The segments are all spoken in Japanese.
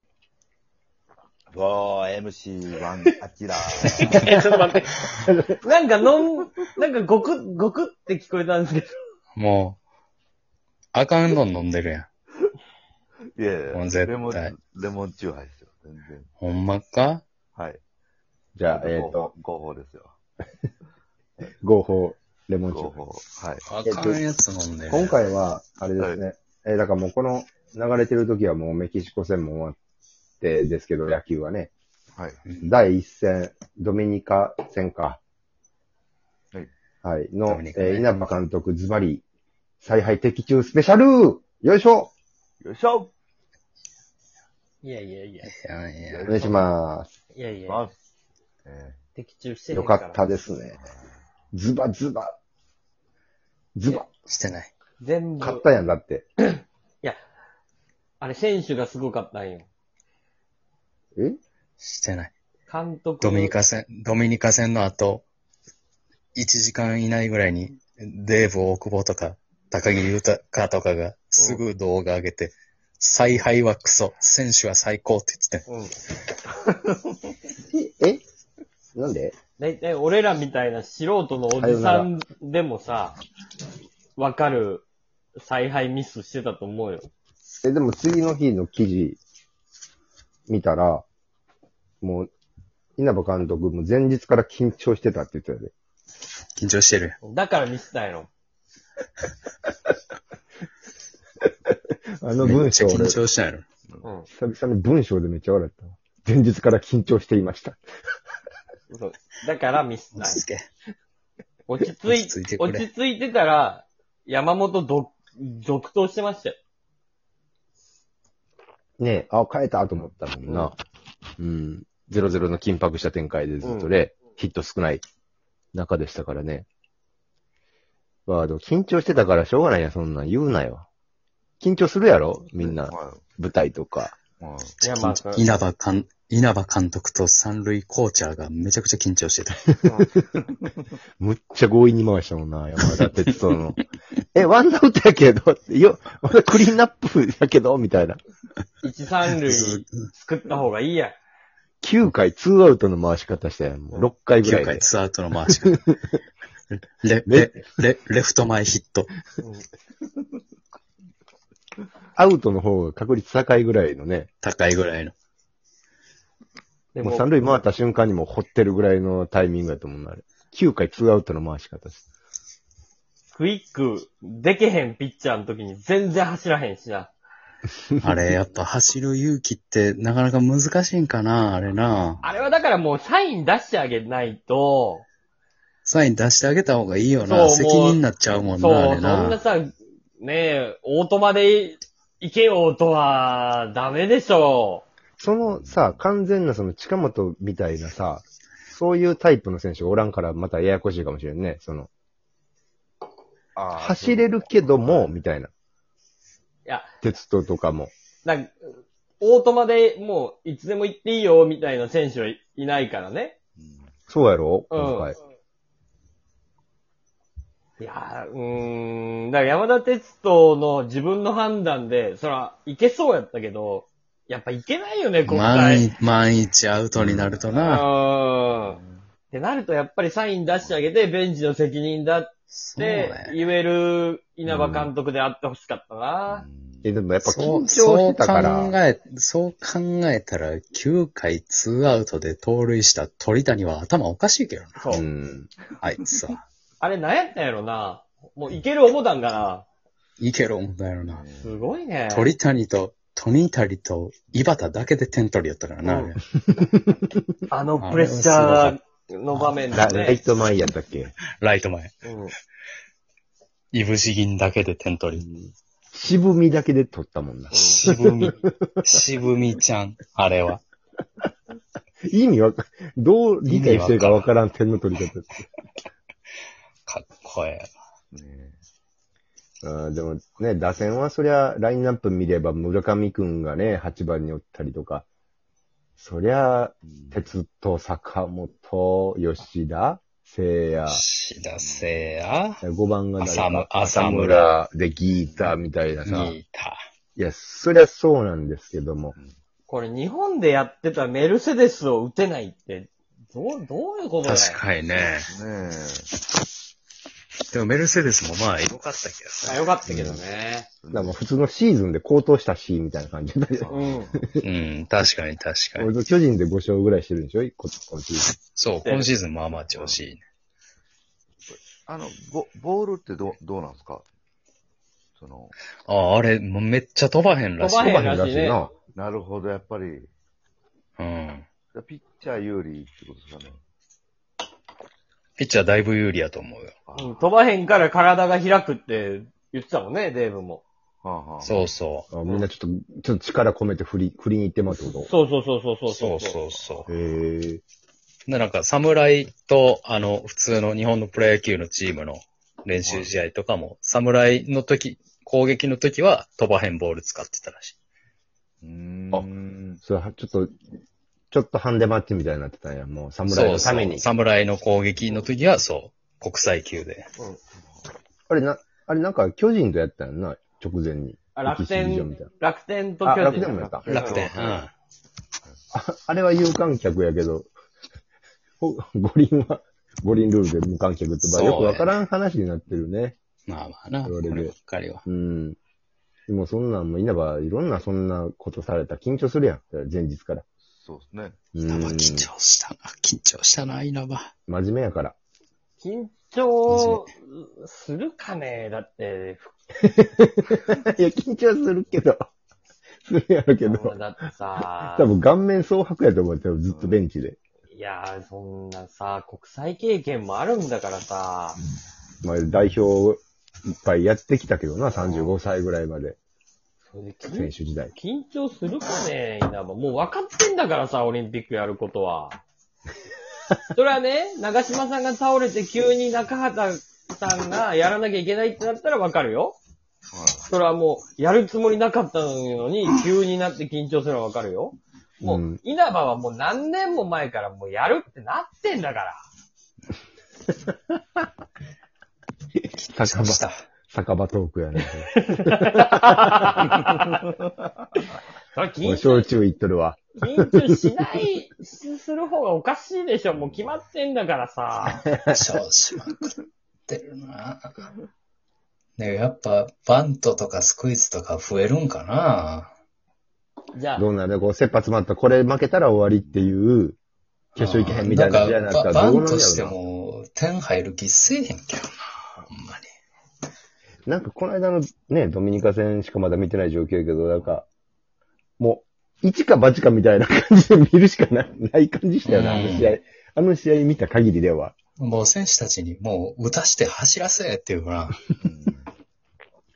4MC1 アキラ。え、 ちょっと待って。なんか、のん、なんか、ごく、ごくって聞こえたんですけど。もう、あかんの飲んでるやん。いやいもや、う絶対レモン、レモンチューハイですよ。全然。ほんまかはい。じゃあ、えっ、と、合法ですよ。合法、レモンチ合ューブ。法。はい。あかんやつ飲んでるやん。今回は、あれですね。えーだからもうこの流れてる時はもうメキシコ戦も終わってですけど、野球はね、はい。第1戦、ドミニカ戦か。はい。はい。ドの、ミニカねえー稲葉監督、ズバリ、采配的中スペシャルよいしょよいしょいやいやいや。いいやいやお願いします。やいや。まえ的中してへんよかからったですね。ズバズバ。ズバ。してない。全勝っ部。たやんだって。あれ、選手がすごかったんよ。えしてない。監督。ドミニカ戦、ドミニカ戦の後、1時間以内ぐらいに、デーブ大久保とか、高木豊とかが、すぐ動画上げて、采配はクソ、選手は最高って言ってうん。ええなんで大体俺らみたいな素人のおじさんでもさ、わかる采配ミスしてたと思うよ。え、でも次の日の記事見たら、もう、稲葉監督も前日から緊張してたって言ってたで。緊張してるやん。だからミスったんやろ。あのめっ文ちゃ章俺、緊久張したんやろ。うん。々に文章でめっちゃ笑ったわ。前日から緊張していました。そう。だからミスったん落やち着け。落ち着い落ち着いてくれ落ち着いてたら、山本ど、続投してましたよ。ねえ、あ、変えたと思ったもんな。うん。0-0の緊迫した展開でずっとね、ヒット少ない中でしたからね。ワード、緊張してたからしょうがないや、そんなん言うなよ。緊張するやろみんーな、は舞台とか。い。はい。いや、まあ、そう稲葉監、稲葉監督と三塁コーチャーがめちゃくちゃ緊張してた。むっちゃ強引に回したもんな、山田哲人の。 え、ワンアウトやけどって、よ、まだクリーンアップやけどみたいな。一三塁ず作った方がいいや。 9回ツーアウトの回し方したやん。もう6回ぐら9い回で。ツーアウトの回し 方。レ、レ、レ、レフト前ヒット。アウトの方が確率高いぐらいのね。高いぐらいの。でもう三塁回った瞬間にもう掘ってるぐらいのタイミングやと思うな、あれ。9回ツーアウトの回し方です。クイックでけへんピッチャーの時に全然走らへんしな。あれ、やっぱ走る勇気ってなかなか難しいんかな、あれな。あれはだからもうサイン出してあげないと、サイン出してあげた方がいいよそうもな。う責任になっちゃうもんな、そあう、それんなな。さ、ねえ、オートマで行けよとは、ダメでしょそのさ、完全なその近本みたいなさ、そういうタイプの選手がおらんからまたややこしいかもしれんね。その、あー 走れるけども、みたいな。いや、鉄人とかも。う。なんかオートマでもう、いつでも行っていいよ、みたいな選手はいいないからね。うんそうやろうん今回。いやーうーん、だから山田哲人の自分の判断で、そら、行けそうやったけど、やっぱ行けないよね、今万回。一、万一アウトになるとうな。ーん。ってなると、やっぱりサイン出してあげて、ベンチの責任だっそうてね。言える稲葉監督であってほしかったな。え、でもやっぱそ緊う、張してたかそう考ら、え、そう考えたら、9回2アウトで盗塁した鳥谷は頭おかしいけどな。そう。ん。あいつさ。あれ何やったんやろな。もういける思たんかな。いけるんだよな。すごいね。鳥谷と、鳥谷と、井端だけで点取りやったからな。あれあのプレッシャーの場面だラライね。ト前やったっけライト前。うんいぶし銀だけで点取り。渋みだけで取ったもんな。渋み、渋みちゃん、あれは。意味わか、どう理解してるかわからん点の取り方です。かっこえねあーでもね、打線はそりゃ、ラインナップ見れば村上くんがね、8番におったりとか、そりゃ、うん鉄と坂本、吉田、聖え。夜、しだせや、 5番が誰浅むか浅村でギーターみたいなさ。見た。いや、そりゃそうなんですけどもうん、これ日本でやってたメルセデスを打てないって、どう、どういうことだよ確かにね。ねでもメルセデスもまあ良かあったけどさ。よかったけどね。だからもう普通のシーズンで高騰したし、みたいな感じで。うん。うん、確かに確か俺に。と巨人で5勝ぐらいしてるんでしょこ今シーズン。そう、今シーズンまあまあ調子いいね。あの、ボボールってど、どうなんですかその、ああ、あれ、もうめっちゃ飛ばへんらしい。飛ばへんらしいらしいな。なるほど、やっぱり、うん。ピッチャー有利ってことですかね。ピッチャーだいぶ有利やと思うよ。あうん飛ばへんから体が開くって言ってたもんね、デーブも。はあはあ、そうそあみんなちょっと、ちょっと力込めて振り、振りに行ってますってことそうそうそうそうう。そうそうそうそへえ。う。で、なんか、侍と、あの、普通の日本のプロ野球のチームの練習試合とかも、侍の時、攻撃の時は飛ばへんボール使ってたらしい。うーん。それはちょっと、ちょっとハンデマッチみたいになってたんや。もう、侍そうのためそう。に。侍の攻撃の時は、そう。国際級で。あれな、あれなんか巨人とやったんやな、直前に。あ楽メキシコ劇場みたい天な、楽天とあ、巨楽天人もや。った。楽天。うん。ああれは有観客やけど、 ほ五輪は、五輪ルールで無観客って、まそあうねよくわからん話になってるね。まあまあな、そこれでればっかりは。うん。でもそんなんも稲葉、いろんなそんなことされたら緊張するやん。前日から。そうですね。うん。稲葉緊張したな、緊張したな、稲葉。真面目やから。 緊張するかねだって、いや、緊張するけど。 するやろけど。だってさ多、分顔面蒼白やと思うよ、ずっとベンチで。いやー、そんなさ、国際経験もあるんだからさ、まあ、代表いっぱいやってきたけどな、35歳ぐらいまで。それで緊選手時代。緊張するかね稲葉。もう分かってんだからさ、オリンピックやることは。 それはね、長嶋さんが倒れて急に中畑さんがやらなきゃいけないってなったら分かるよ。はそれはもう、やるつもりなかったの に、急になって緊張するのは分かるよ。もうんう、稲葉はもう何年も前からもうやるってなってんだから。酒場、酒場トークやね。それは緊俺張焼酎いっとるわ。緊張しない、し する方がおかしいでしょ。もう決まってんだからさ。調子まくってるな。ねやっぱ、バントとかスクイズとか増えるんかな。じゃあど、うなるこう、切羽詰まった、これ負けたら終わりっていう、決勝いけへんみたいなあ試合ーにななんったかバ、バらどうンなトるんやしてろも、点入る気せえへんけどな。ほんまに。うな。なんか、この間のね、ドミニカ戦しかまだ見てない状況やけど、なんか、もう、一か八かみたいな感じで見るしかない、ない感じしたよな、あの試合う。あの試合見た限りでは。もう選手たちにもう打たして走らせっていうかい。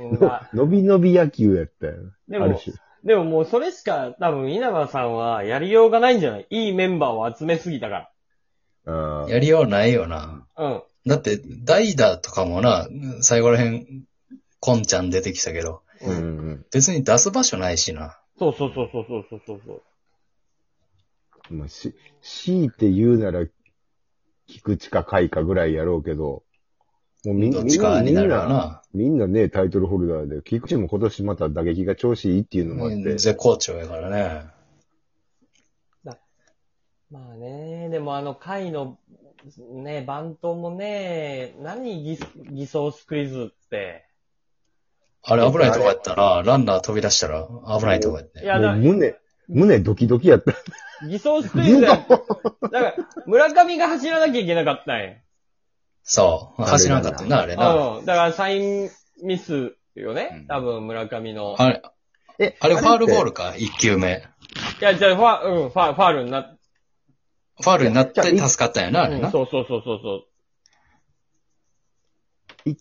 うんうんまのあ伸び伸び野球やったよでな。あるも、種。でももうそれしか多分稲葉さんはやりようがないんじゃないいいメンバーを集めすぎたかあな。ーやりようないよな。ら。うん。だって、代打とかもな、最後らへん、コンちゃん出てきたけど、うんうん別に出す場所ないしな。そうそうそうそうそうそうそう。うん。もうし、強いて言うなら、菊池か甲斐かぐらいやろうけど、もうみんどな、っちかみにんなるなわ、な。みんなね、タイトルホルダーで、菊池も今年また打撃が調子いいっていうのもあって、絶好調やからね。まあね、でもあの回のね、バントもね、何偽偽装スクイズって。あれ危ないとこやったな。ランナー飛び出したら危ないとこやったいね。や、だかもう胸、胸ドキドキやった。ら偽装スクイズだ。だから、村上が走らなきゃいけなかったんや。そう。走らんかった な、あれな。うん。だからサインミスようねん。多分村上の。あれ、え、あれファールボールルか、1球目。いや、じゃあファ、うん、ファ、ファールになっファールになってじゃあい助かったんやな、あれうんな。そうそうそうそうそう。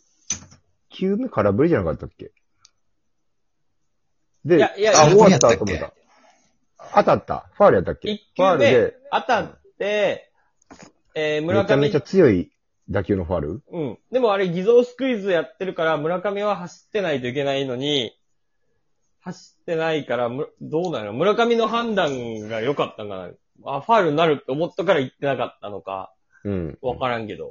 球目空振りじゃなかったっけいでや、いやあ、空振終りわやっったたっけと思った。当たった。ファールやったっけ一ファー球ルでで、当たって、えー、村めちゃ上めちゃ強い打球のファールうん。でもあれ偽造スクイズやってるから、村上は走ってないといけないのに、走ってないから、むどうなの村上の判断が良かったんかなあ、ファールになるって思ったから言ってなかったのか、うん。わからんけ ど。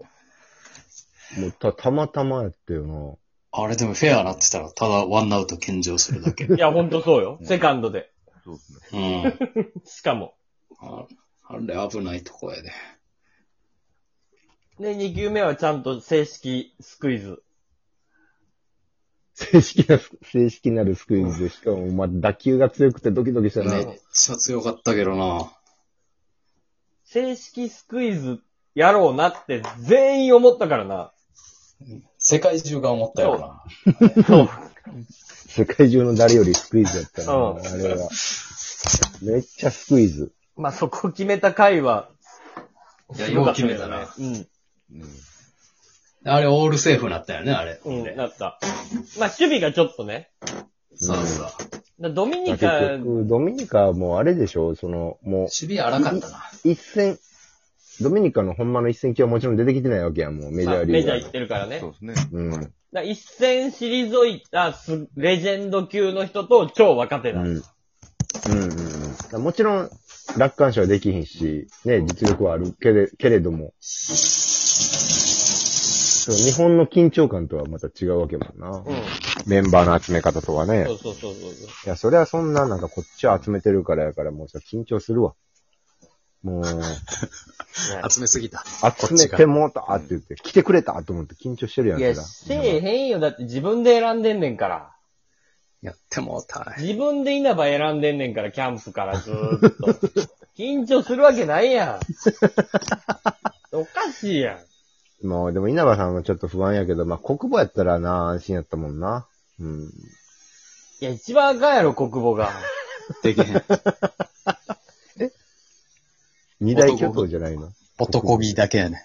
もうた、たまたまやったよな。あれでもフェアなってたら、ただワンアウト献上するだけ。いや、ほんとそうよ。セカンドで。そそうですね。うん。しかも。ああれ危ないとこやで。で、2球目はちゃんと正式スクイズ。正式な、正式なるスクイズで、しかも、まあ、打球が強くてドキドキしためっね。ちゃ強かったけどな。正式スクイズやろうなって全員思ったからな。世界中が思ったよな。世界中の誰よりスクイズやったな、うんあれは。めっちゃスクイズ。まあ、そこ決めた回は。いや、すごよかうった決めけたどねな。うん。あれ、オールセーフなったよね、あれ。うん。うん、なった。まあ、守備がちょっとね。そうそう。だドミニ結カ、局、ドミニカはもうあれでしょその、もう、守備荒かったな。一戦、ドミニカのほんまの一戦級はもちろん出てきてないわけやん、もうメジまャあーリメージガャー行ーのっ。てるからね。そうですね。うん。だ一戦退いたすレジェンド級の人と超若手うだ。ん。うんうんうん。だからもちろん、楽観視はできひんし、ね、実力はあるけれけれども、そう日本の緊張感とはまた違うわけもんな。うん。メンバーの集め方とはねそうそうそうそう。いや、それはそんな、なんかこっちは集めてるからやから、もうさ、緊張するわ。 もう、集めすぎた。集めてもうたって言って、来てくれたと思って緊張してるやん、いや、そせえへんよ。だって自分で選んでんねんから。やってもうた。自分で稲葉選んでんねんから、キャンプからずーっと。緊張するわけないやん。おかしいやん。らもう、でも稲葉さんはちょっと不安やけど、まあ、国母やったらな、安心やったもんな。うん。いや、一番あかんやろ、国母が。できへん。二大巨頭じゃないの男気だけやね。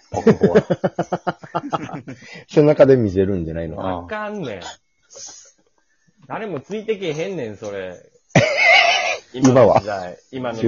背中で見せるんじゃないのああかんねん。 誰もついてけへんねん、それ。今はの時代。今の時代